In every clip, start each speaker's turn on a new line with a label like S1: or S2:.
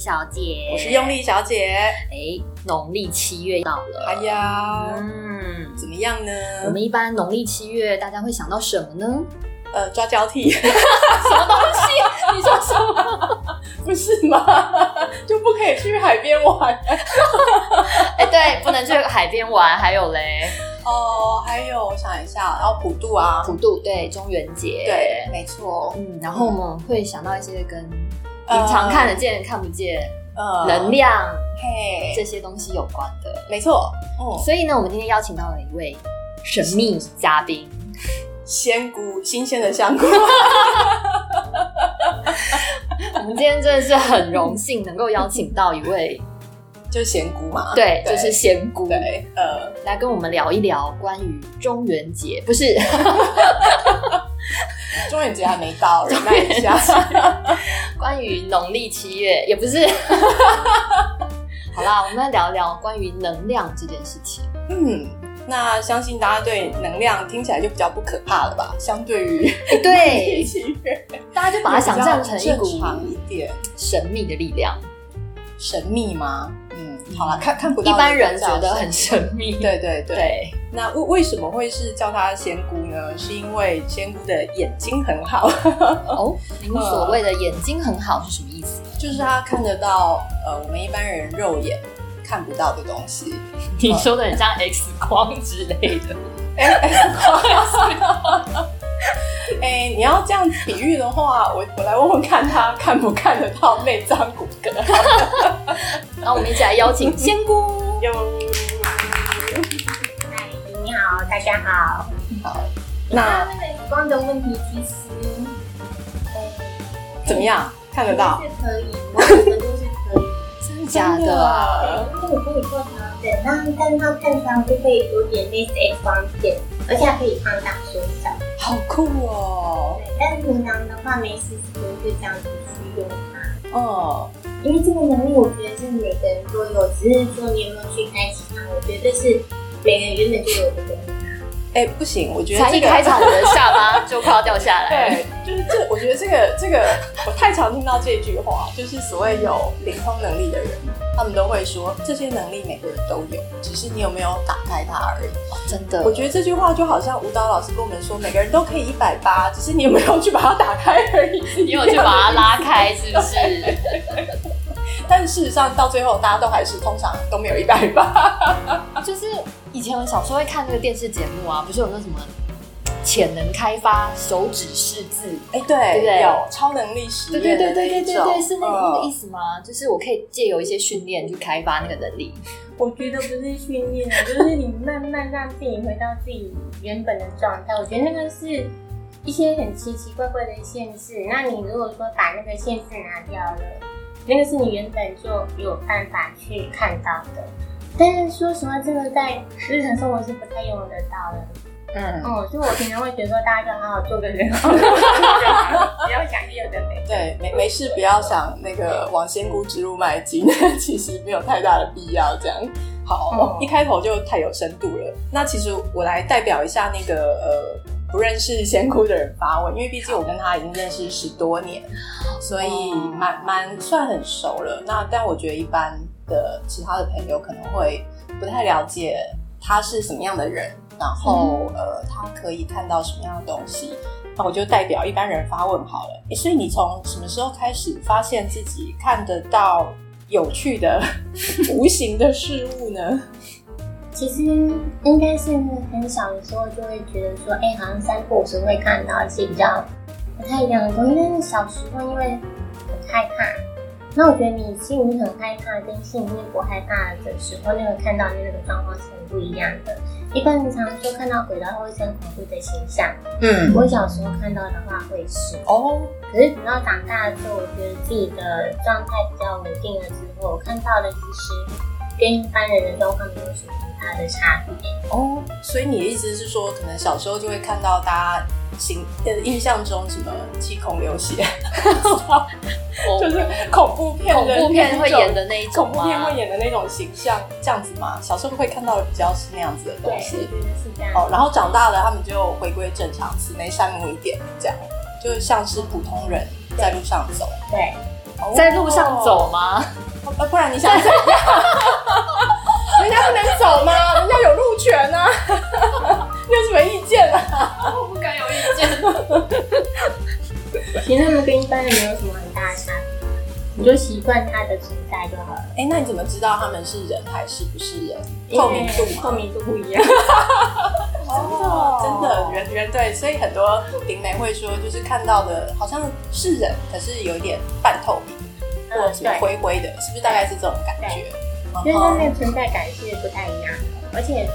S1: 小姐，
S2: 我是用力小姐。
S1: 哎，农历七月到了，
S2: 哎呀，
S1: 嗯，
S2: 怎么样呢？
S1: 我们一般农历七月大家会想到什么呢？
S2: 呃抓交替，
S1: 什么东西？你说什么？
S2: 不是吗？就不可以去海边玩
S1: 哎，对，不能去海边玩，还有嘞，
S2: 哦。还有，我想一下，然后普渡啊，
S1: 普渡，对，中元节，
S2: 对，，没错，
S1: 嗯，然后我们会想到一些跟
S2: 呃
S1: 平常看得见、看不见、
S2: 呃
S1: 能，量
S2: 嘿，
S1: 这些东西有关的。
S2: 没错，哦，
S1: 所以呢，我们今天邀请到了一位神秘嘉宾，
S2: 仙菇，新鲜的香菇，
S1: 我们今天真的是很荣幸能够邀请到一 位，
S2: 就是仙菇嘛，
S1: 对，
S2: 对
S1: 就是仙姑
S2: 对，呃，
S1: 来跟我们聊一聊关于中元节，不是
S2: 中元节还没到，忍耐一 下，
S1: 关于农历七月，也不是。好啦，我们来聊聊关于能量这件事情。
S2: 嗯。那相信大家对能量听起来就比较不可怕了吧？相对于
S1: 哎 对，
S2: 七月，
S1: 大家就把它想象成一
S2: 正
S1: 股
S2: 常一点
S1: 神秘的力量，
S2: 神秘吗？嗯，好了，看看不到
S1: 一般
S2: 那
S1: 人
S2: 个叫
S1: 觉得很
S2: 神
S1: 神秘。
S2: 对对对。
S1: 对，
S2: 那为为什么会是叫它仙姑呢？是因为仙姑的眼睛很好，
S1: 哦，您所谓的眼睛很好是什么意思？
S2: 就是她看得到呃我们一般人肉眼看不到的东西。
S1: 你说的很像 X 光之类 的。
S2: 哎哎，哎你要这样比喻的话，我我来问问看她看不看得到内脏骨骼。
S1: 然后我们一起来邀请仙姑。
S2: 有
S3: 嗨，你好，大家好。
S2: 那
S3: 那个荧光的问题，其实，呃，
S2: 怎么
S1: 哦
S2: 样？看得到？
S3: 是可以，我们都是可以。
S1: 真的
S2: 假
S1: 假
S2: 的
S1: 的啊？
S2: 啊？
S3: 因为我可以做调整，那但它看上就会有点类似 X 光片，而且还可以放大缩小。
S2: 好酷哦！
S3: 对，但是平常的话没事情就这样子去用它，
S2: 哦，
S3: 因为这个能力我觉得是每个人都有，只是说你有没有去开启它，我觉得是每个人原本就有的能力。
S2: 哎，不行，我觉得
S1: 才
S2: 这
S1: 一
S2: 个
S1: 开场，我的下巴就快要掉下来。
S2: 对，就是这，我觉得这个这个，我太常听到这句话，就是所谓有灵通能力的人，他们都会说这些能力每个人都有，只是你有没有打开它而已。
S1: 真的
S2: 我觉得这句话就好像舞蹈老师跟我们说，每个人都可以一百八，只是你有没有去把它打开而已。
S1: 你有去把它拉开，是不是？
S2: 但事实上到最后，大家都还是通常都没有一百八。
S1: 就是以前我小时候会看那个电视节目啊，不是有那什么潜能开发手指识字？
S2: 哎，
S1: 对不
S2: 对，
S1: 对
S2: 有超能力实
S1: 对
S2: 验
S1: 对对
S2: 的
S1: 对
S2: 那
S1: 对
S2: 一
S1: 对
S2: 种
S1: 对，是那个那个
S2: 嗯
S1: 意思吗？就是我可以借由一些训练去开发那个能力。
S3: 我觉得不是训练，就是你慢慢让自己回到自己原本的状态。我觉得那个是一些很奇奇怪怪的限制。那你如果说把那个限制拿掉了，那个是你原本就有办法去看到的。但是说实话，这个在日常生活是不太用得到的。
S2: 嗯，
S3: 哦、所以我平常会觉得说，大家就好好做个人，不要想有的没。
S2: 对，没没事，不要想那个往仙姑之路迈进， 其实没有太大的必要这样。好，
S3: 嗯
S2: 一开头就太有深度了。那其实我来代表一下那个呃不认识仙姑的人发问，因为毕竟我跟他已经认识十多年，所以
S1: 哦
S2: 蛮蛮算很熟了。那但我觉得一般的其他的朋友可能会不太了解他是什么样的人，然后、
S1: 嗯
S2: 呃他可以看到什么样的东西。那我就代表一般人发问好了。诶所以你从什么时候开始发现自己看得到有趣 的无形的事物呢？
S3: 其实应该是很小的时候就会觉得说，哎、好像三不五时会看到一些比较不太一样的东西。但是小时候因为很害怕，那我觉得你心里面很害怕跟心里面不害怕的时候，那个看到的那个状况是很不一样的。一般人常说看到鬼的话会是很恐怖的形象，
S2: 嗯，
S3: 我小时候看到的话会是。
S2: 哦，
S3: 可是等到长大之后，我觉得自己的状态比较稳定了之后，我看到的其实跟一般人的状况没有什么很大的差别。
S2: 哦，所以你的意思是说，可能小时候就会看到大家形呃印象中什么七孔流血，就是恐怖片
S1: 哦恐
S2: 的
S1: 怖片会演
S2: 的
S1: 的那一种
S2: 恐怖片
S1: 吗
S2: 会？演的那种形象，这样子吗？小时候会看到的比较是那样子的
S3: 对，
S2: 东
S3: 我
S2: 西。
S3: 觉得是这样。
S2: 哦，然后长大了，他们就回归正常，慈眉善目一点，这样就像是普通人在路上走。
S3: 对，
S2: 哦
S1: 在路上走吗？
S2: 呃，不然你想怎样？人家不能走吗？人家有路权啊！ 你有什么意见啊？
S1: 我不敢有意见。
S3: 其实他们跟一般人没有什么很大的差别，你就习惯它的存在就好了。
S2: 哎、那你怎么知道他们是人还是不是人？
S3: 因为
S2: 透明度嘛
S3: 嗯透明度不 一样。
S2: 真的人人对，所以很多灵媒会说，就是看到的好像是人，可是有一点半透明或者
S3: 嗯，
S2: 什么
S3: 对，
S2: 灰灰的，是不是大概是这种感觉？嗯
S3: 因为
S2: 然
S3: 它
S2: 后
S3: 那个存在感是不太一样的，而且，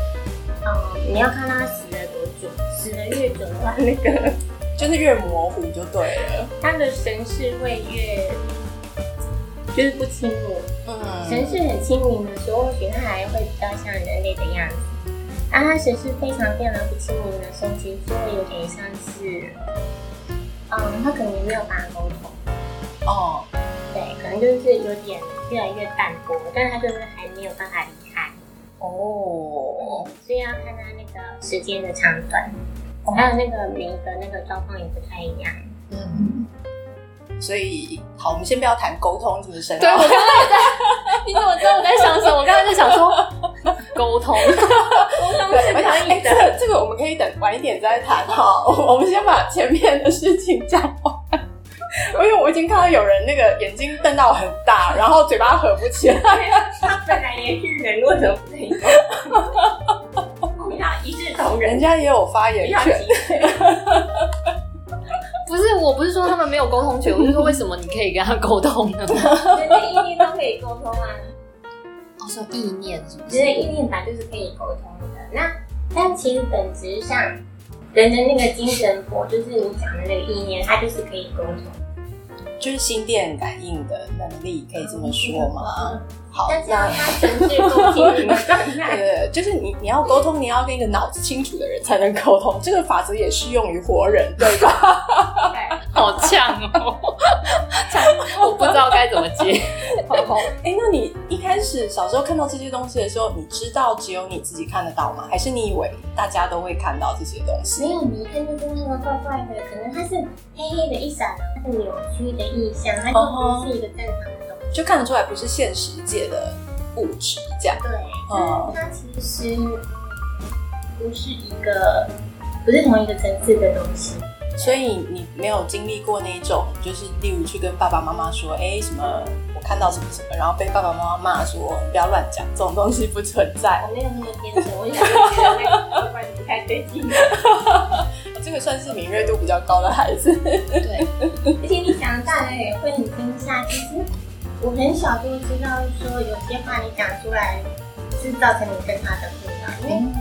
S2: 哦
S3: 嗯，你要看它死了多久，死的越久的话，那个
S2: 就是越模糊就对了。
S3: 它的神识会越就是不清明。
S2: 嗯，
S3: 神识很清明的时候，或许它还会比较像人类的样子。而它神识非常非常不清明的时候，其实就会有点像是，嗯，它可能也没有办法沟通，
S2: 哦，
S3: 对，可能就是有点越来越淡薄，但是它就是还没有办法离开。
S2: 哦，
S3: 所以要看它那个时间的长短，还有那个每一个那个状况也不太一样。
S2: 嗯。所以，好，我们先不要谈沟通这么深奥。
S1: 对我刚 刚也在，你怎么知道我在想什么？我刚才在想说沟通，
S2: 对，我想，哎、这个这个我们可以等晚一点再谈哈。我我们先把前面的事情讲完， 因为我已经看到有人那个眼睛瞪到很大，然后嘴巴合不起来。
S3: 啊他本来也是人，为什么不能？ 我们要一视同
S2: 人家也有发言权，
S1: 不是，我不是说他们没有沟通权，我是说为什么你可以跟他沟通呢？
S3: 人的意念都可以沟通啊，
S1: 哦，说意念是不
S3: 人的意念本来就是可以沟通的。那但其实本质上，人的那个精神波，就是你讲的那个意念，它就是可以沟通。
S2: 就是心电感应的能力，可以这么说吗？好
S3: 但，是
S2: 那
S3: 要它神智够清明的状 态，
S2: 呃，就是你你要沟通，你要跟一个脑子清楚的人才能沟通，这个法则也适用于活人，对吧？
S3: 对。
S1: 好呛哦，呛，我不知道该怎么 接。
S2: 哎、那你一开始小时候看到这些东西的时候，你知道只有你自己看得到吗？还是你以为大家都会看到这些东西？
S3: 没有，你一看就知道它怪怪的，可能它是黑黑的一闪，它是扭曲的意象，它就不是一个正常的东西。
S2: 就看得出来不是现实界的物质这样。
S3: 对，
S2: 哦
S3: 就是它其实不是一个，不是同一个层次的东西。
S2: 所以你没有经历过那种，就是例如去跟爸爸妈妈说，哎、什么我看到什么什么，然后被爸爸妈妈骂说你不要乱讲，这种东西不存在。
S3: 我没有那么天真，我就觉得那个怪不太对劲。
S2: 这个算是敏锐度比较高的孩子。
S1: 对，
S3: 而且你长大了也会很惊吓，其实我很小就知道说有些话你讲出来是造成你跟他的困扰，因为。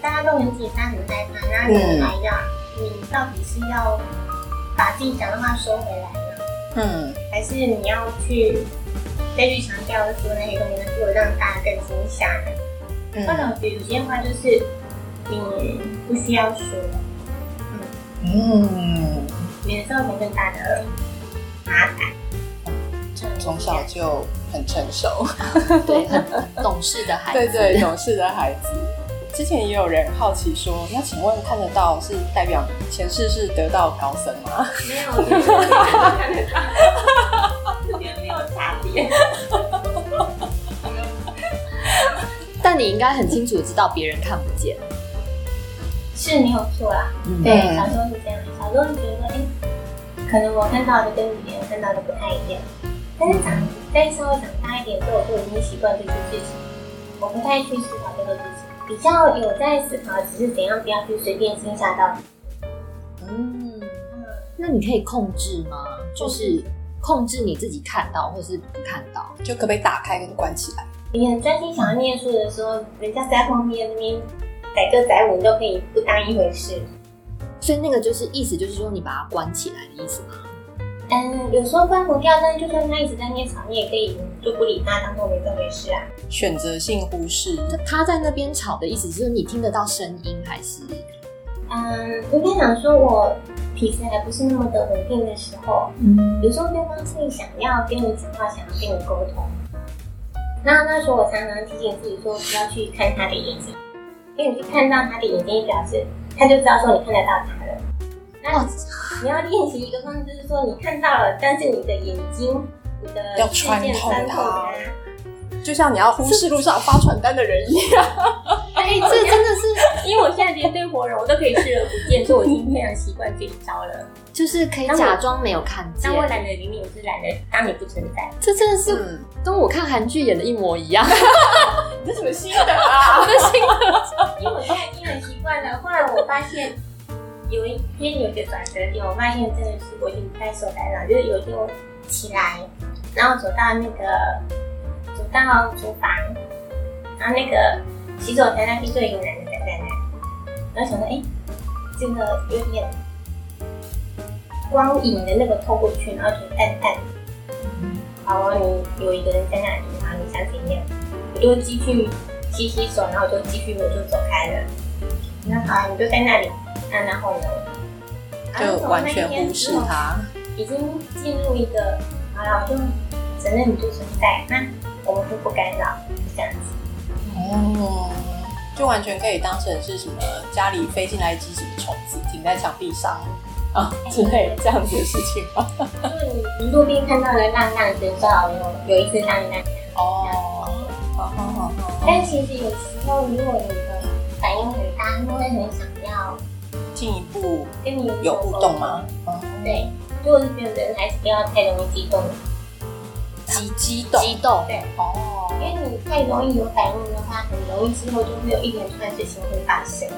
S3: 大家都很紧张、很害怕，然后你来呀，你到底是要把自己讲的话收回来呢，
S2: 嗯，
S3: 还是你要去再去强调说那些东西，如果让大家更惊吓呢？
S2: 嗯
S3: 或者我觉得有些话就是你不需要说，
S2: 嗯，
S3: 免得造成更大的麻烦。
S2: 从小就很成熟，
S1: 对，很懂事的孩子。
S2: 对对，懂事的孩子。之前也有人好奇说，那请问看得到是代表前世是得道高僧吗？
S3: 没有，我觉得看得到，这边没有差别。
S1: 但你应该很清楚知道别人看不见。
S3: 是没有错啦。对，小时候是这样，小时候是觉得，哎、可能我看到的跟别人看到的不太一样。但是长，但是稍微长大一点之后，我就已经习惯这件事情，我不太去思考这个事情，比较有在思考，只是怎样不要去随便惊吓到。
S2: 嗯，
S1: 那你可以控制吗？就是控制你自己看到或是不看到。
S2: 就可不可以打开跟关起来？
S3: 你很专心想要念书的时候，人家在后面那边载歌载舞，你都可以不当一回事。
S1: 所以那个就是意思，就是说你把它关起来的意思吗？
S3: 嗯，有时候关不掉，但是就算他一直在念吵，你也可以就不理他，当做没这回事啊。
S2: 选择性忽视，
S1: 那他在那边吵的意思，就是你听得到声音还是？
S3: 嗯，应该讲说我体质还不是那么的稳定的时候，
S1: 嗯
S3: 有时候对方会想要跟你讲话，想要跟你沟通。那那时候我常常提醒自己说，不要去看他的眼睛，因为你去看到他的眼睛，表示他就知道说你看得到他了。那
S1: 哦，
S3: 你要练习一个方式，就是说你看到了，但是你的眼睛，你的
S2: 要
S3: 事
S2: 穿
S3: 件
S2: 透
S3: 三
S2: 它
S3: 它。
S2: 就像你要忽视路上发传单的人一样。
S1: 哎，这真的 是
S3: 因为我现在连对活人我都可以视而不见，所以我已经非常习惯这一招 了。
S1: 就是可以假装没有看见
S3: 当，我懒得理你，我是懒得当你不存 在。
S1: 这真的是
S2: 嗯，
S1: 跟我看韩剧演的一模一样。
S2: 你这什么心得啊？
S3: 因为我现在已经很习惯了。后来我发现有一天有一个转折点，我发现真的是我已经不太受干扰。就是有一天我起来，然后走到那个走到厨房，然后那个洗手台那边就有一个男的站在那里，然后想说，哎、这个有点光影的那个透过去，然后觉得淡淡的。好，然后你有一个人在那里，然后你想怎样？我就继续洗洗手，然后我就继续我就走开了。那好，你就在那里，那然后呢？
S2: 就完全忽视
S3: 他，
S2: 他。
S3: 已经进入一个好了，我就承认你不存在，那我们就不干扰，这样子。
S2: 哦，就完全可以当成是什么家里飞进来一只什么虫子停在墙壁上啊之类的这样子的事情吗？
S3: 就是哎你你路边看到了浪浪学校有有一只浪浪，
S2: 哦，好好好好，
S1: 哎
S2: 哎
S3: 但其实有时候如果你的反应很大，他们会很想要
S2: 进一步
S3: 跟你
S2: 有互动吗？
S1: 嗯
S2: 哦
S3: 对，所以我是觉得人还是不要太容易激动，
S2: 激激 动
S1: 激动，
S3: 对，
S2: 哦，
S3: 因为你太容易有反应的话，很容易之后就会有一连串事情会发生。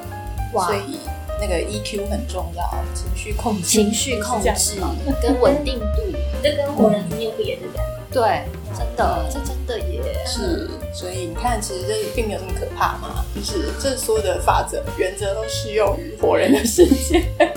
S1: 哇
S2: 所，以那个 EQ 很重要，情绪控制，
S1: 情绪控
S2: 是这样
S1: 制
S2: 子吗
S1: 跟稳定度，
S3: 这跟活人之间不也是这样？
S1: 对，真的，这真的耶，
S2: 是，所以你看，其实这并没有那么可怕嘛，就是这所有的法则原则都适用于活人的世界。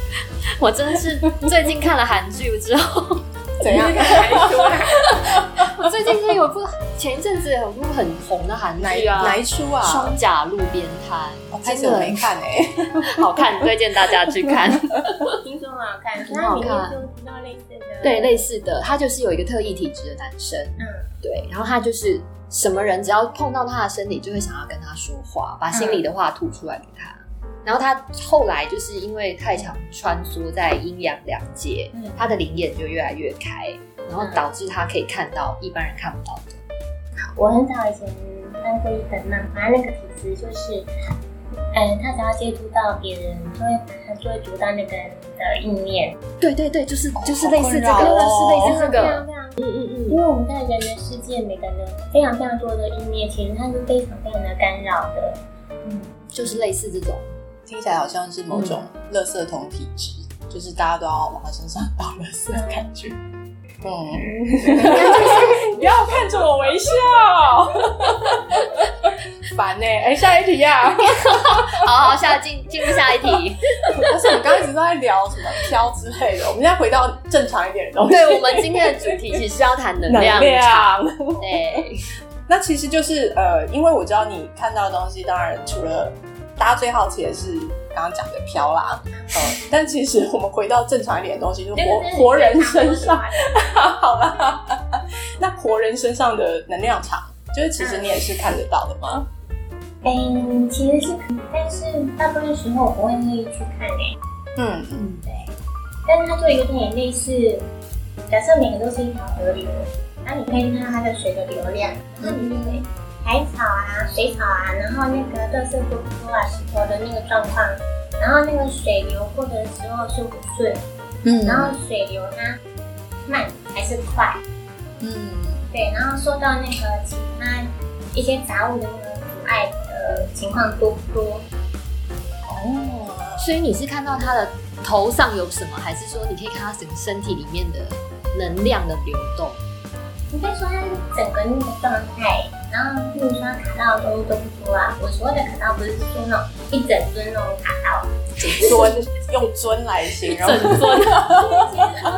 S1: 我真的是最近看了韩剧之后，
S2: 怎样？
S1: 啊我最近是有部前一阵子有部很红的韩
S2: 哪
S1: 剧啊，
S2: 哪一出啊？
S1: 双甲路边摊
S2: 哦》，太
S1: 真
S2: 久
S1: 的
S2: 没看哎、
S1: 好看，推荐大家去看。
S3: 嗯听说很好看，
S1: 很好看
S3: 那里面就提到类似的，
S1: 对，类似的，他就是有一个特异体质的男生，
S3: 嗯，
S1: 对，然后他就是什么人只要碰到他的身体，就会想要跟他说话，把心里的话吐出来给他。然后他后来就是因为太常穿梭在阴阳两界，
S3: 嗯
S1: 他的灵眼就越来越开，然后导致他可以看到一般人看不到的。
S3: 我很早以前看过一本漫画，那个体质就是，嗯，他只要接触到别人，就会他就会读到那个人的意念，
S1: 对对对，就是就是
S2: 好
S1: 类似这个，
S2: 困扰哦
S1: 就是类似这
S3: 非
S1: 个
S3: 常，非常
S1: 嗯嗯
S3: 因为我们在人的世界，每个人有非常非常多的意念，其实它是非常非常的干扰的。嗯，
S1: 嗯，就是类似这种。
S2: 听起来好像是某种垃圾桶体质，就是大家都要往他身上倒垃圾的感觉。嗯， 不要看着我微笑， 烦呢、哎、下一题啊！
S1: 好好，下进进入下一题。
S2: 但是我们刚刚一直都在聊什么飘之类的，我们现在回到正常一点的东西。
S1: 对我们今天的主题其实要谈能量
S2: 能
S1: 场，
S2: 量
S1: 对，
S2: 那其实就是呃，因为我知道你看到的东西，当然除了大家最好奇的是刚刚讲的飘啦，呃， 但其实我们回到正常一点的东西， 就是活活人身上，好啦，那活人身上的能量场，就是其实你也是看得到的吗？
S3: 嗯，其实是，但是大部分时候我不会愿意去看欸诶、
S2: 嗯，
S1: 嗯，
S3: 但是它就有点类似，假设每个都是一条河流，然后你可以看到它的水的流量，然后里面的海草啊、水草啊，然后那个垃圾多不多啊、石头的那个状况，然后那个水流过的时候顺不顺，
S2: 嗯
S3: 然后水流它慢还是快。
S2: 嗯，
S3: 对，然后受到那个其他一些杂物的那个阻碍的情况多不多？
S2: 哦，
S1: 所以你是看到他的头上有什么，还是说你可以看他整个身体里面的能量的流动？
S3: 你可以说它是整个那个状态，然后比如说它卡到的东西多不多啊？我所谓的卡到不是说那种一整尊那种卡到，
S2: 尊用嗯 尊来形容，
S3: 其实多少每个人都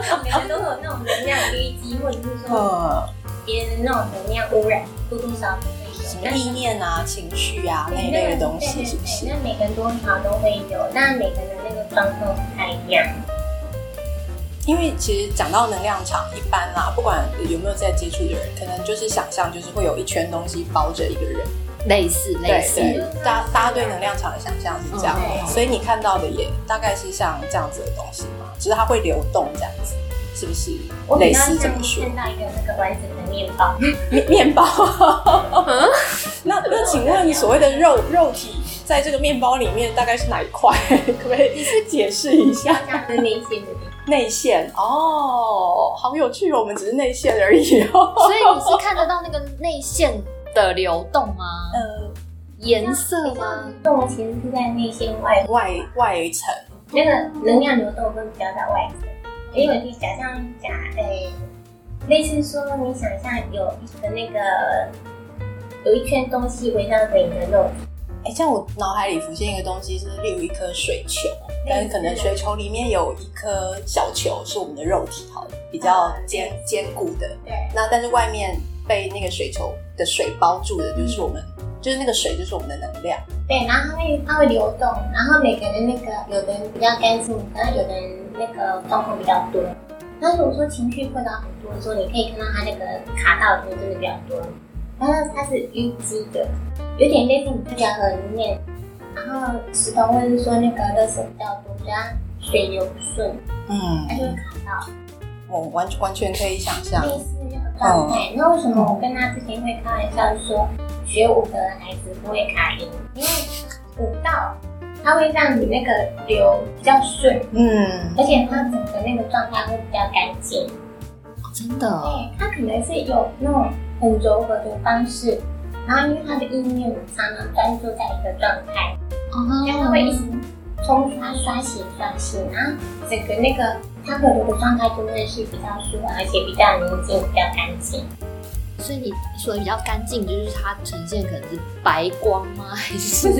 S3: 会有那种能量淤积，或者是说
S2: 呃，
S3: 别人的那种能量污染，多多少少都会有。
S2: 什么
S3: 那
S2: 意念啊、情绪啊那
S3: 对
S2: 一类的东西，是不是
S3: 对对对？那每个人多少都会有，那每个人的那个状况不太一样。
S2: 因为其实讲到能量场，一般啦，不管有没有在接触的人，可能就是想象就是会有一圈东西包着一个人。
S1: 类似类
S2: 对
S1: 似，
S2: 对，大家大家对能量场的想象是这样，
S1: 嗯
S2: 所以你看到的也大概是像这样子的东西嘛，只是它会流动这样子。是不是
S3: 我比
S2: 类
S3: 较
S2: 似这
S3: 像
S2: 么说？
S3: 看到一个那个完整的面包，
S2: 面 面包。
S1: 嗯
S2: 那那请问所谓的肉肉体在这个面包里面大概是哪一块？ 可不可以解释一下
S3: 这样很明 显的地方。
S2: 内馅？哦，好有趣哦，我们只是内馅而已哦。
S1: 所以你是看得到那个内线的流动吗？
S2: 呃，
S1: 颜色吗？
S3: 动其实是在内心外，
S2: 外外层
S3: 那个能量流动会比较在外层。因为我就想象假，诶、哎类似说你想象有一个那个有一圈东西围绕着你的肉体，
S2: 哎，这样我脑海里浮现一个东西，是例如一颗水球，但可能水球里面有一颗小球是我们的肉体，好了，比较坚坚固的。
S3: 对，
S2: 那但是外面被那个水球的水包住的，就是我们，就是那个水，就是我们的能量。
S3: 对，然后它会它会流动，然后每个人那个有的人比较干净，然后有的人那个状况比较多。那如果说情绪困扰很多的时候，你可以看到它那个卡到的东西真的比较多，然后它是淤积的，有点类似你指甲盒里面，然后石头或者是说那个垃圾比较多，比较水流不顺，
S2: 嗯
S3: 它就会卡到。
S2: 我完完全可以想象，
S3: 类似那个状态。那为什么我跟他之前会开玩笑说，学舞的孩子不会卡音？因为舞蹈它会让你那个流比较顺，
S2: 嗯，
S3: 而且它整个那个状态会比较干净。
S1: 真的
S3: 对
S1: 哦，，
S3: 它可能是有那种很柔和的方式。然后，因为他的意念常常专注在一个状态，
S1: 嗯
S3: 所以他会一直冲刷、刷洗、刷洗，然后整个那个他和流的状态就会是比较舒缓，而且比较宁静、比较干净。
S1: 所以你说的比较干净，就是它呈现可能是白光 吗？还是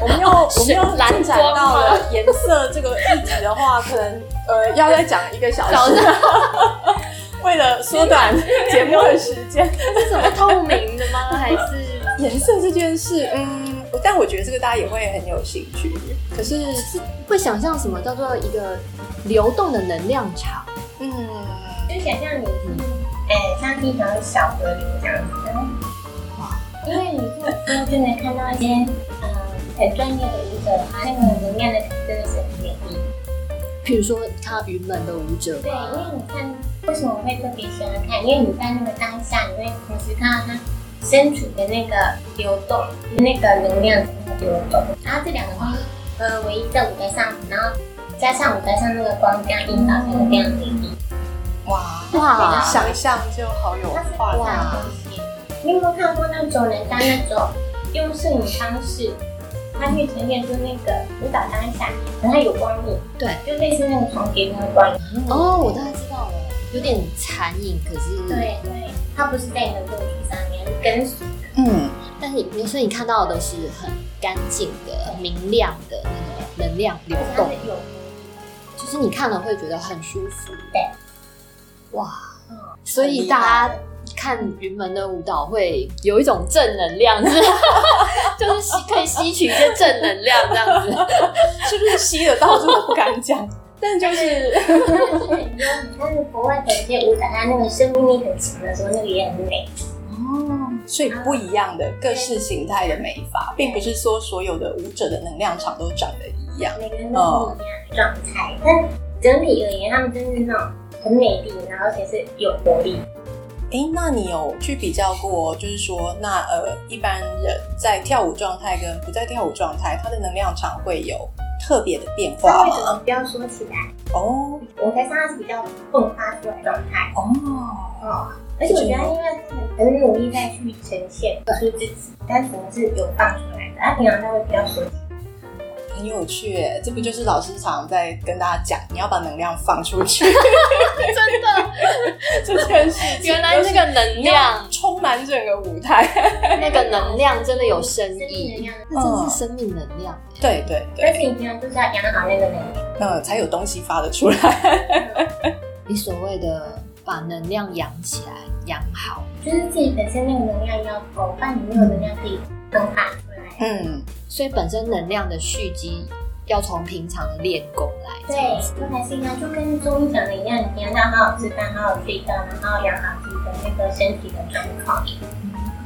S2: 我 们又我们又
S1: 是蓝
S2: 进展
S1: 光
S2: 到
S1: 吗
S2: 了颜色这个议题的话，可能呃要再讲一个小
S1: 小
S2: 时
S1: 时，
S2: 为了缩 短节目的时间，
S1: 是什么透明的吗？还是
S2: 颜色这件事，嗯，但我觉得这个大家也会很有兴趣。可是，
S1: 会想象什么叫做一个流动的能量场？
S2: 嗯，
S3: 就想象你是，哎、像是一条小河流这样子。因为你这真真的看到一些，呃，很专业的舞者，他那个能量的真的是很美丽。
S1: 比如说看到云门的舞者
S3: 对，因
S1: 吗？
S3: 为你看，为什么我会特别喜欢看？因为你在那个当下，你会同时看到它身处的那个流动，那个能量的流动。然后这两个东西，呃，唯一在舞台上，然后加上舞台上那个光这样引导，才会非常美丽。
S2: 哇，
S1: 哇
S2: 想象就好有画
S3: 哇！
S2: 面。
S3: 你有没有看过那种人家那种用摄影方式，他去呈现出那个舞蹈当下，然后它有光影，
S1: 对，
S3: 就类似那个床叠那个光影。
S1: 哦，我大概知道了，有点残影，可是
S3: 对对，它不是在你的肉体上面，是跟随
S2: 嗯，
S1: 但是你所以你看到的是很干净的、明亮的那种能量流
S3: 它
S1: 动
S3: 的，有。
S1: 就是你看了会觉得很舒服。
S3: 对，
S1: 哇，
S3: 嗯
S1: 所以大家看云门的舞蹈会有一种正能量， 是就是吸可以吸取一些正能量这样子。
S2: 是不是吸的到处都不敢讲？ 但就是
S3: 但是国外的一些舞蹈，它那个生命力很强的时候，那个也很美。
S1: 哦，
S2: 所以不一样的各式形态的美法，并不是说所有的舞者的能量场都长得一样。
S3: 每个人都不一样的状态，但整体而言，他们真是那种很美丽，然后而且是有活力。
S2: 诶，那你有去比较过，就是说，那呃，一般人在跳舞状态跟不在跳舞状态，他的能量场会有特别的变化
S3: 稍微
S2: 吗？
S3: 的不要说起来，
S2: 哦
S3: 我才上是比较迸发出来的状态
S2: 哦，
S3: 哦。而且我觉得，因为他很很努力在去呈现出自己，但可能是有放出来的。他平常他会比较说，
S2: 很有趣耶，这不就是老师常在跟大家讲，你要把能量放 出去
S1: 真的，
S2: 这件事情，
S1: 原来那个能量，
S2: 充满整个舞台。
S1: 那个能量真的有深
S3: 生命
S1: 意，
S3: 能量
S1: 那真是生命能量。
S2: 对对对，
S3: 而且你平常就是要养好那个能量。
S2: 那才有东西发得出来。
S1: 你所谓的把能量养起来、养好，
S3: 就是自己本身那个能量要够，不然你没有能量可以迸发出来。
S2: 嗯。
S1: 所以本身能量的蓄积要从平常的练功来。
S3: 对，就还是一样，就跟中医讲的一样，你要好好吃饭，好好睡觉，然后养好自己的那个身体的状况。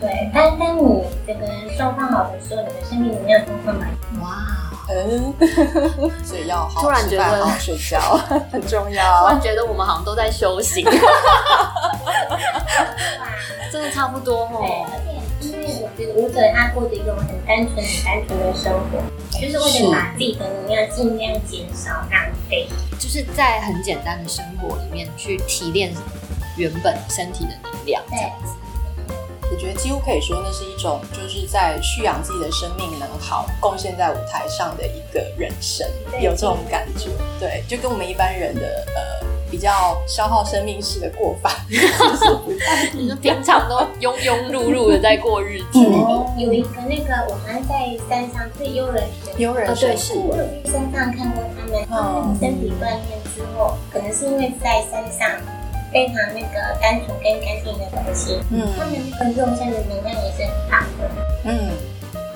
S3: 对，但但你这个状况好的时候，你的身体里面的状况蛮
S1: 哇，
S2: 嗯， 所以要好
S1: 突然
S2: 好吃
S1: 觉得
S2: 饭，好好睡觉 很重
S1: 突
S2: 要
S1: 然。觉得我们好像都在修 行，真的差不多
S3: 对，
S1: 哦。
S3: 而且因为我觉得舞者他过着一种很单纯、很单纯的生活，就是为
S2: 是
S3: 了把自己的能量尽量减少浪费。
S1: 就是在很简单的生活里面去提炼原本身体的能 量，这样子。
S2: 我觉得几乎可以说，那是一种就是在蓄养自己的生命能好，贡献在舞台上的一个人生，
S3: 对
S2: 有这种感觉。对，就跟我们一般人的呃比较消耗生命式的过法，
S1: 你说平常都庸庸碌碌的在过日子，啊
S2: 嗯
S3: 哦有一个那个，我好像在山上最悠人学
S2: 有人
S1: 啊
S2: 生
S1: 对
S2: 苦
S3: 我有去山上看过他们，他们身体锻炼之后，可能是因为在山上非常那个单纯跟干净的东西，
S2: 嗯
S3: 他们那个用下的能量也是很大的。
S2: 嗯，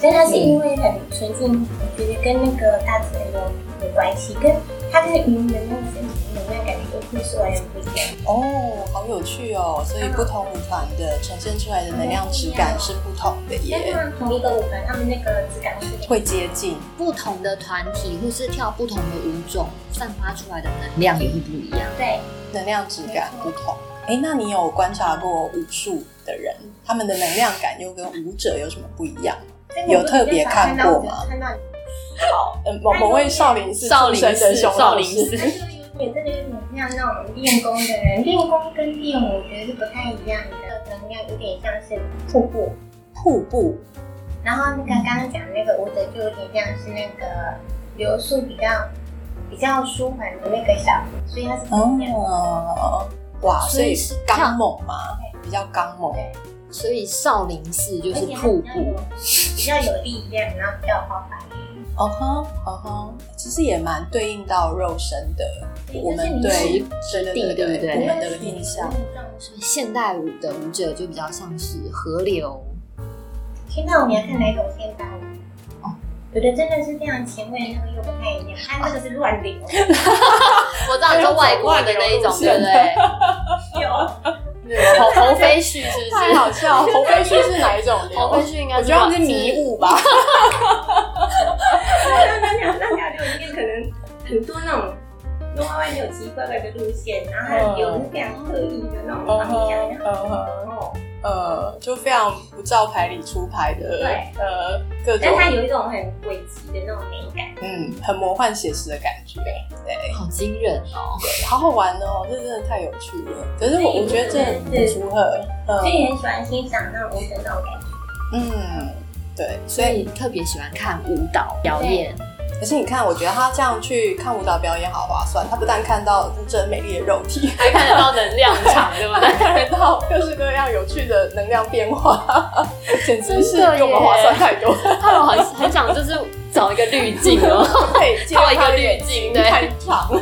S3: 所以它是因为很纯净，我觉得跟那个大自然有有关系，跟它跟云的那个身体能量感觉都会是完全不一样。
S2: 哦，好有趣哦！所以不同舞团的呈现出来的能量质感是不同的
S3: 但
S2: 耶，
S1: 嗯
S3: 是同一个舞团，他们那个质感会是
S2: 会接近。
S1: 不同的团体或是跳不同的舞种，散发出来的能量也会不一样。
S3: 对，
S2: 能量质感不同。哎，那你有观察过武术的人，他们的能量感又跟舞者有什么不一样？
S3: 这个我
S2: 有特别看过吗
S3: 看到你，
S2: 嗯，某某位少林寺
S1: 少
S2: 出
S1: 林
S2: 身的
S1: 寺，
S2: 熊
S1: 少
S2: 老
S1: 林
S2: 师，
S1: 寺，
S3: 它就有点这个有点像那种练功的人，练功跟练舞我觉得是不太一样的，能量有点像是瀑布。
S2: 瀑布
S3: 然后那个刚刚讲的那个舞者就有点像是那个流速比较比较舒缓的那个小湖，所以它是不一样的。
S2: 哦，哇，所
S1: 所以
S2: 以
S1: 是
S2: 刚猛嘛，比较刚猛。
S3: 对
S1: 所以少林寺就
S3: 而
S1: 是
S3: 且它
S1: 瀑
S3: 比较有
S1: 布，
S3: 比较有力量，然后比较有方法。
S2: 哦哼，哦哼，其实也蛮对应到肉身的，
S3: 对
S2: 我们
S3: 哎就是
S1: 你
S2: 对
S1: 质
S2: 对
S1: 地
S2: 对
S1: 对不对
S2: 我们的印象。
S1: 所以现代舞的舞者就比较像是河流，
S3: 现在我们要看哪一种先当舞
S1: 哦？
S3: 有的真的是非常前卫，那个又不太一样，它那个是乱流。
S1: 我知道你说外国的那一种，对不对？
S3: 有，
S1: 侯侯飞絮是不
S2: 太
S1: 是？
S2: 好笑，侯飞 絮啊是哪一种流？
S1: 侯飞絮应该
S2: 我
S1: 是
S2: 觉得他们是迷雾吧。
S3: 那条那条流里面可能很多那种。那弯弯扭奇奇怪怪的路线，然后还有流是非常刻意的那种
S2: 嗯
S3: 方向，
S2: 哼，
S3: 然
S2: 嗯哼。
S3: 后
S2: 呃，就非常不照牌理出牌的，
S3: 对
S2: 呃，各种
S3: 但它有一种很诡奇的那种美感。
S2: 嗯，很魔幻写实的感觉，对，
S1: 好惊人哦！
S2: 好好玩哦，这真的太有趣了。可是
S3: 所以
S2: 我我觉得这很符合，
S3: 所
S2: 嗯
S3: 以很喜欢欣赏那种舞者那种感觉。
S2: 嗯，对，
S1: 所
S2: 所以
S1: 以特别喜欢看舞蹈表演，
S2: 可是你看，我觉得他这样去看舞蹈表演好划算，他不但看到就是这美丽的肉体，
S1: 还看得到能量场， 对不
S2: 还？看到各式各样有趣的能量变化，简直是
S1: 真的耶
S2: 比我们划算太多。
S1: 他们很很想就是找一个滤镜哦。
S2: 对，
S1: 套一个滤镜对
S2: 太长。
S3: 所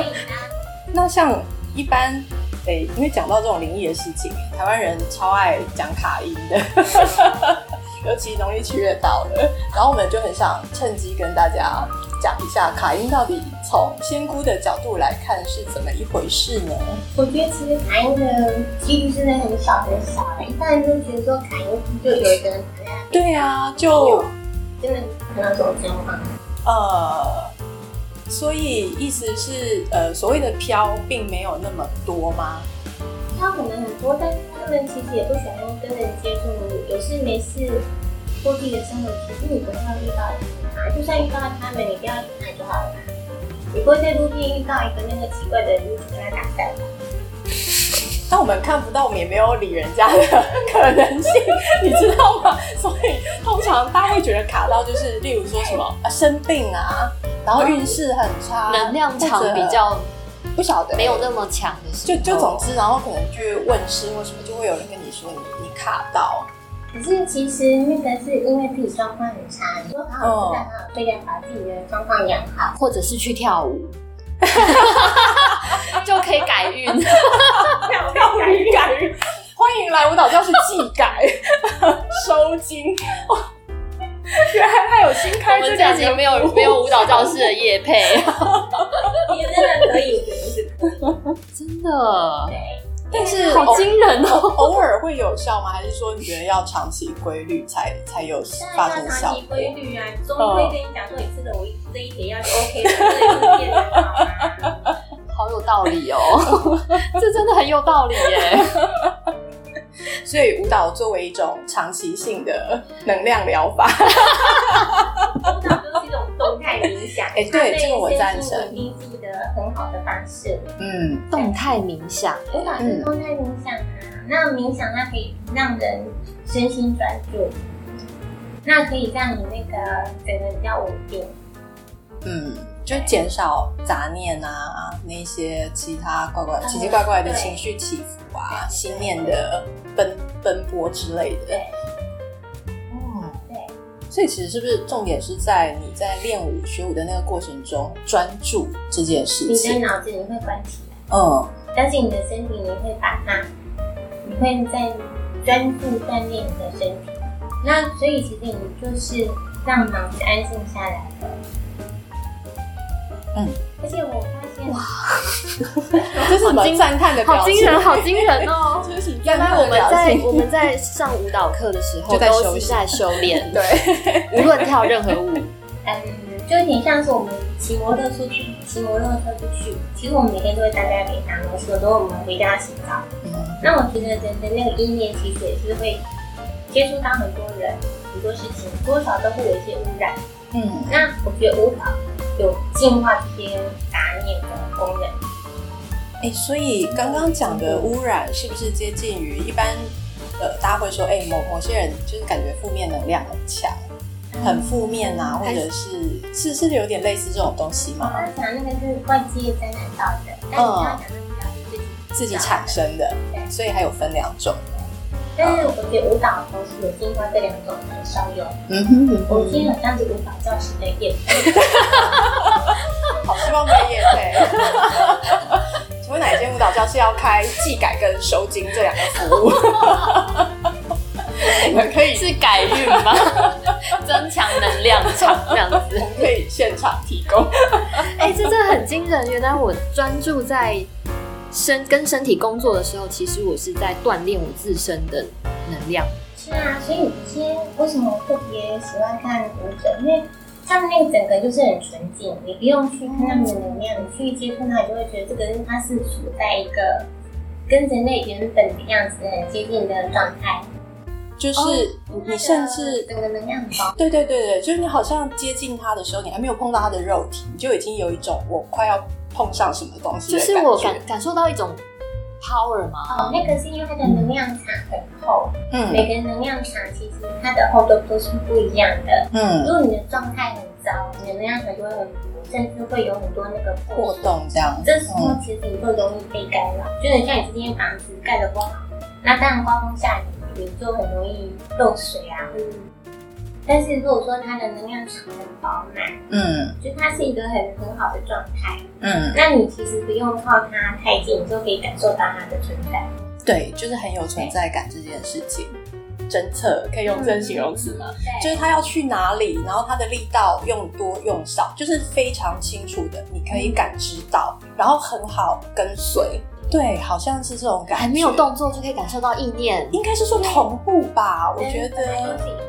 S3: 以呢，
S2: 那像一般，诶、因为讲到这种灵异的事情，台湾人超爱讲卡音的，尤其农历七月到了，然后我们就很想趁机跟大家讲一下卡音到底从仙姑的角度来看是怎么一回事呢？
S3: 我觉得其实卡因的几率真的很小很小欸，一般人都觉得说卡因就有一个人谈恋爱，
S2: 对啊，就
S3: 真的很有这种情况。
S2: 呃。所以意思是，呃，所谓的飘并没有那么多吗？
S3: 他可能很多，但是他们其实也不喜欢跟人接触，有事没事过自己的生活，其实你不会遇到他，就算遇到他们，你不要理他就好了。你不会在路边遇到一个那个奇怪的人，你就跟他打讪。
S2: 但我们看不到，我们也没有理人家的可能性，你知道吗？ 所以通常大家会觉得卡到就是，例如说什么、啊、生病啊，然后运势很差，
S1: 能量场
S2: 或者
S1: 比较
S2: 不晓得
S1: 没有那么哦强的时
S2: 就
S1: 候，
S2: 就总之，然后可能去问师或什么，就会有人跟你说你你卡到，
S3: 可是其实那个是因为自己状况很差，你说哦好好吃饭，好好睡觉，把自己的状况养好。
S1: 啊或者是去跳舞， 就可以改 运。
S2: 跳鱼改运。欢迎来舞蹈教室技改 收金，原来还有新
S1: 我
S2: 开这
S1: 们这
S2: 两
S1: 集
S2: 年
S1: 没有没有舞蹈教室的夜配，
S3: 你真的可以，我觉得是
S1: 真的。
S3: 对。
S2: 但是
S1: 好
S2: 偶
S1: 惊人
S2: 偶
S1: 哦！
S2: 偶尔会有效吗？还是说你觉得要长期规律才才有发
S3: 当然
S2: 生
S3: 要
S2: 效
S3: 长期
S2: 果？
S3: 规律啊，中
S2: 哦
S3: 医会跟你讲说你吃的我一这一帖药就 OK 了，这一片就好啦。
S1: 好有道理 哦，这真的很有道理耶。
S2: 所以舞蹈作为一种长期性的能量疗 法，
S3: 舞蹈就是一种动态冥想，
S2: 哎对
S3: 它
S2: 这个我
S3: 身
S2: 赞
S3: 心
S2: 成
S3: 稳定是一个很好的方式。
S2: 嗯，
S1: 动态冥想，
S3: 舞蹈是动态冥想啊，那冥想它可以让人身心专注，那可以让你那个整个比较稳定。
S2: 嗯，就减少杂念啊，那些其他怪怪、奇奇怪怪的情绪起伏啊，心念的奔奔波之类的。
S3: 对
S2: 嗯，
S3: 对，
S2: 所以其实是不是重点是在你在练舞学舞的那个过程中专注这件事
S3: 你的
S2: 情？
S3: 脑子你会关起来，
S2: 嗯，
S3: 但是你的身体你会把它，你会在专注锻炼你的身体。那所以其实你就是让脑子安静下来了。
S2: 嗯，
S3: 而且我发现
S2: 这是什么赞叹的
S1: 好
S2: 表情？
S1: 惊人，好惊人哦！
S2: 这是
S1: 原
S2: 赞
S1: 来
S2: 叹
S1: 我
S2: 的
S1: 们
S2: 表
S1: 在
S2: 情。
S1: 我们在上舞蹈课的时候，
S2: 就在
S1: 都
S2: 休
S1: 是
S2: 息
S1: 在修炼，
S2: 对，
S1: 无论跳任何舞，
S3: 嗯，就有点像是我们骑摩托出去，骑摩托车出去。其实我们每天都会待在北大摩车，然后我们回家洗澡。
S2: 嗯
S3: 那我觉得人的那个意念其实也是会接触到很多人、很多事情，多少都会有一些污染。
S2: 嗯，
S3: 那我觉得舞蹈有净化这些杂念的功能。
S2: 哎、所以刚刚讲的污染是不是接近于一般？呃，大家会说，哎、某某些人就是感觉负面能量很强，很负面啊，或者是是是有点类似这种东西
S3: 我
S2: 吗？
S3: 刚讲那个是外界沾染到的，但你刚刚讲的比较是自己
S2: 自己产生的，所以还有分两种。
S3: 但是我觉得舞蹈同时有净化这两种很少有。
S2: 嗯哼，
S3: 我今天好像是舞蹈教室的夜
S2: 好希望没业配。 请问哪一间舞蹈教室要开技改跟收金这两个服务？我们可 以，
S1: 是改运 吗？增强能量场 这样子
S2: 我。们可以现场提供。
S1: 哎、这真的很惊人。原来我专注在身跟身体工作的时候，其实我是在锻炼我自身的能量。
S3: 是啊，所以有些为什么我特别喜欢看舞者，因为他们那个整个就是很纯净，你不用去看他们的能量，你去接触它，你就会觉得这个人他是处在一个跟人类原本的样子很接近的状态，
S2: 就是你甚至
S3: 整个能量很高。
S2: 哦对对对对，就是你好像接近他的时候，你还没有碰到他的肉体，你就已经有一种我快要碰上什么东西
S1: 就
S2: 的
S1: 是我
S2: 感
S1: 感
S2: 觉。
S1: 感受到一种 power 嘛，
S3: 哦，那个是因为它的能量场很厚，每
S2: 嗯
S3: 个人能量场其实它的厚度都是不一样的。如
S2: 嗯，
S3: 果你的状态很糟，你的能量场就会很薄，甚至会有很多那个
S2: 破洞这样。
S3: 这时候其实你就容易被干扰，就很像你之前房子盖的不好，那当然刮风下雨，你就很容易漏水啊，或者是但是如果说它的能量场很饱满，
S2: 嗯
S3: 就它是一个很很好的状态，
S2: 嗯，
S3: 那你其实不用靠它太近，你就可以感受到它的存在。
S2: 对，就是很有存在感这件事情。侦测可以用这形容词吗？就
S3: 对，
S2: 是他要去哪里，然后他的力道用多用少，就是非常清楚的，你可以感知到，然后很好跟随。对，好像是这种感觉。
S1: 还没有，动作就可以感受到意念。
S2: 应该是说同步吧？我觉得，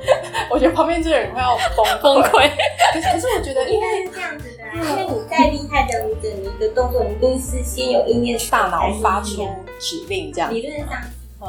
S2: 我觉得旁边这个人快要崩
S1: 溃，
S2: 可是可是我觉得，因
S3: 应
S2: 为
S3: 该是这样子的、啊，因为你再厉害的舞者，你一个动作，你都是先有意念，
S2: 大脑发出指令这样。
S3: 理论上
S2: 嗯，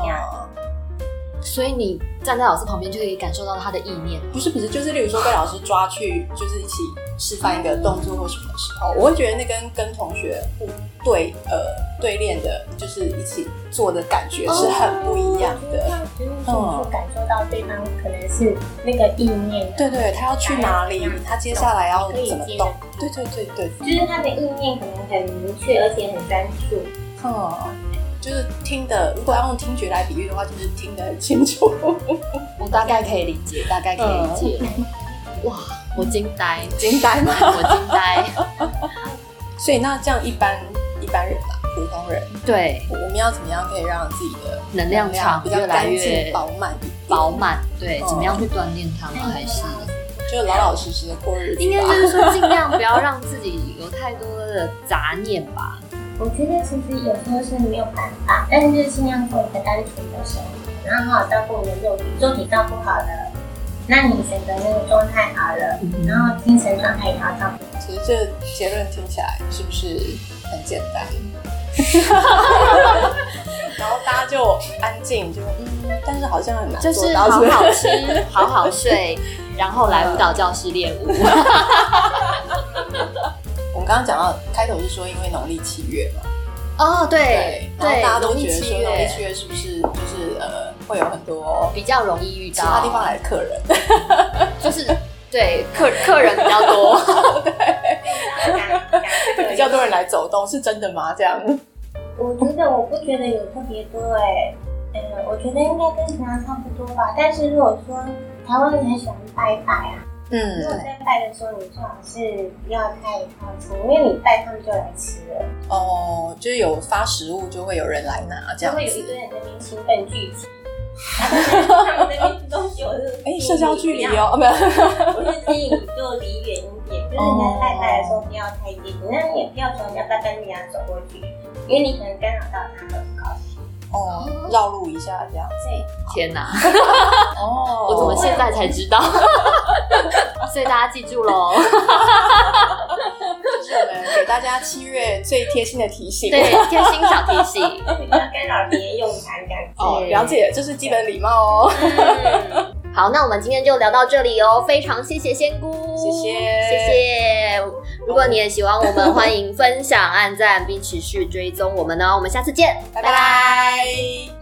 S1: 所以你站在老师旁边就可以感受到他的意念。
S2: 不是不是，就是例如说被老师抓去，就是一起示范一个动作或什么的时候，哦我会觉得那跟跟同学互对呃对练的，就是一起做的感觉是很不一样的。
S3: 就是你去感受到对方可能是那个意念，
S2: 嗯对，对，他要去哪里，他接下来要怎么动？对对对对，
S3: 就是他的意念可能很明确，而且很专注。
S2: 嗯，就是听的，如果要用听觉来比喻的话，就是听得很清楚。
S1: 我大概可以理解，大概可以理解。嗯 哇，我惊呆，
S2: 惊呆吗？
S1: 我惊呆。
S2: 所以那这样一般一般人啊，普通人，
S1: 对，
S2: 我我们要怎么样可以让自己的
S1: 能量场
S2: 比较
S1: 越来
S2: 干
S1: 越
S2: 净饱满一点？
S1: 饱满。对，
S2: 嗯
S1: 怎么样去锻炼它吗？还是？
S2: 就老老实实的过日子吧。
S1: 应该就是说，尽量不要让自己有太多的杂念吧。
S3: 我觉得其实有时候是没有办法，但是就是尽量做一个单纯的生活，然后好好照顾你的肉体，肉体照顾好了，那你选择那个状态好了，
S1: 嗯
S3: 然后精神状态也要照顾。
S2: 其实这结论听起来是不是很简 单？然后大家就安静，就嗯，但是好像很难
S1: 就
S2: 做
S1: 是
S2: 到
S1: 好
S2: 这
S1: 好
S2: 个
S1: 吃，好好睡，然后来舞蹈教室练舞。
S2: 我们刚刚讲到开头是说，因为农历七月嘛，
S1: 哦，对
S2: 然后
S1: 对，
S2: 大家都
S1: 容易
S2: 觉得
S1: 七
S2: 说农历七
S1: 月
S2: 月是不是就是呃会有很多
S1: 比较容易遇到
S2: 其他地方来的客人？
S1: 就是对客客人比较 多。
S2: 会比较多人来走动，是真的吗？这样，
S3: 我觉得我不觉得有特别多哎、嗯，我觉得应该跟平常差不多吧。但是如果说台湾人很喜欢拜拜啊，如果
S2: 嗯，
S3: 在拜的时候，你最好是不要太靠近，因为你拜他们就来吃了，
S2: 哦，就是有发食物就会有人来拿这
S3: 就
S2: 样
S3: 会有一堆
S2: 子。
S3: 人在那边兴奋聚 集。他们在那边吃东西，我就
S2: 哎、社交距离
S3: 不要
S2: 哦，啊没有，
S3: 我就建议你就离远一点，就是你在拜拜的时候不要太接近，那你也不要从人家拜拜那边走过去，因为你可能干扰到他们。
S2: 哦，绕路一下这样。
S3: 对，
S1: 天哪，
S2: 哦
S1: 我怎么现在才知道？ 所以大家记住喽，
S2: 就是我们给大家七月最贴心的提醒。
S1: 对，贴心小提醒。
S3: 不要干扰别人用餐这样子。
S2: 哦，了解，这是基本礼貌哦。
S1: 嗯好，那我们今天就聊到这里哦，非常谢谢仙姑，
S2: 谢谢
S1: 谢谢。如果你也喜欢我们，欢迎分享、按赞，并持续追踪我们哦。我们下次见，
S2: 拜拜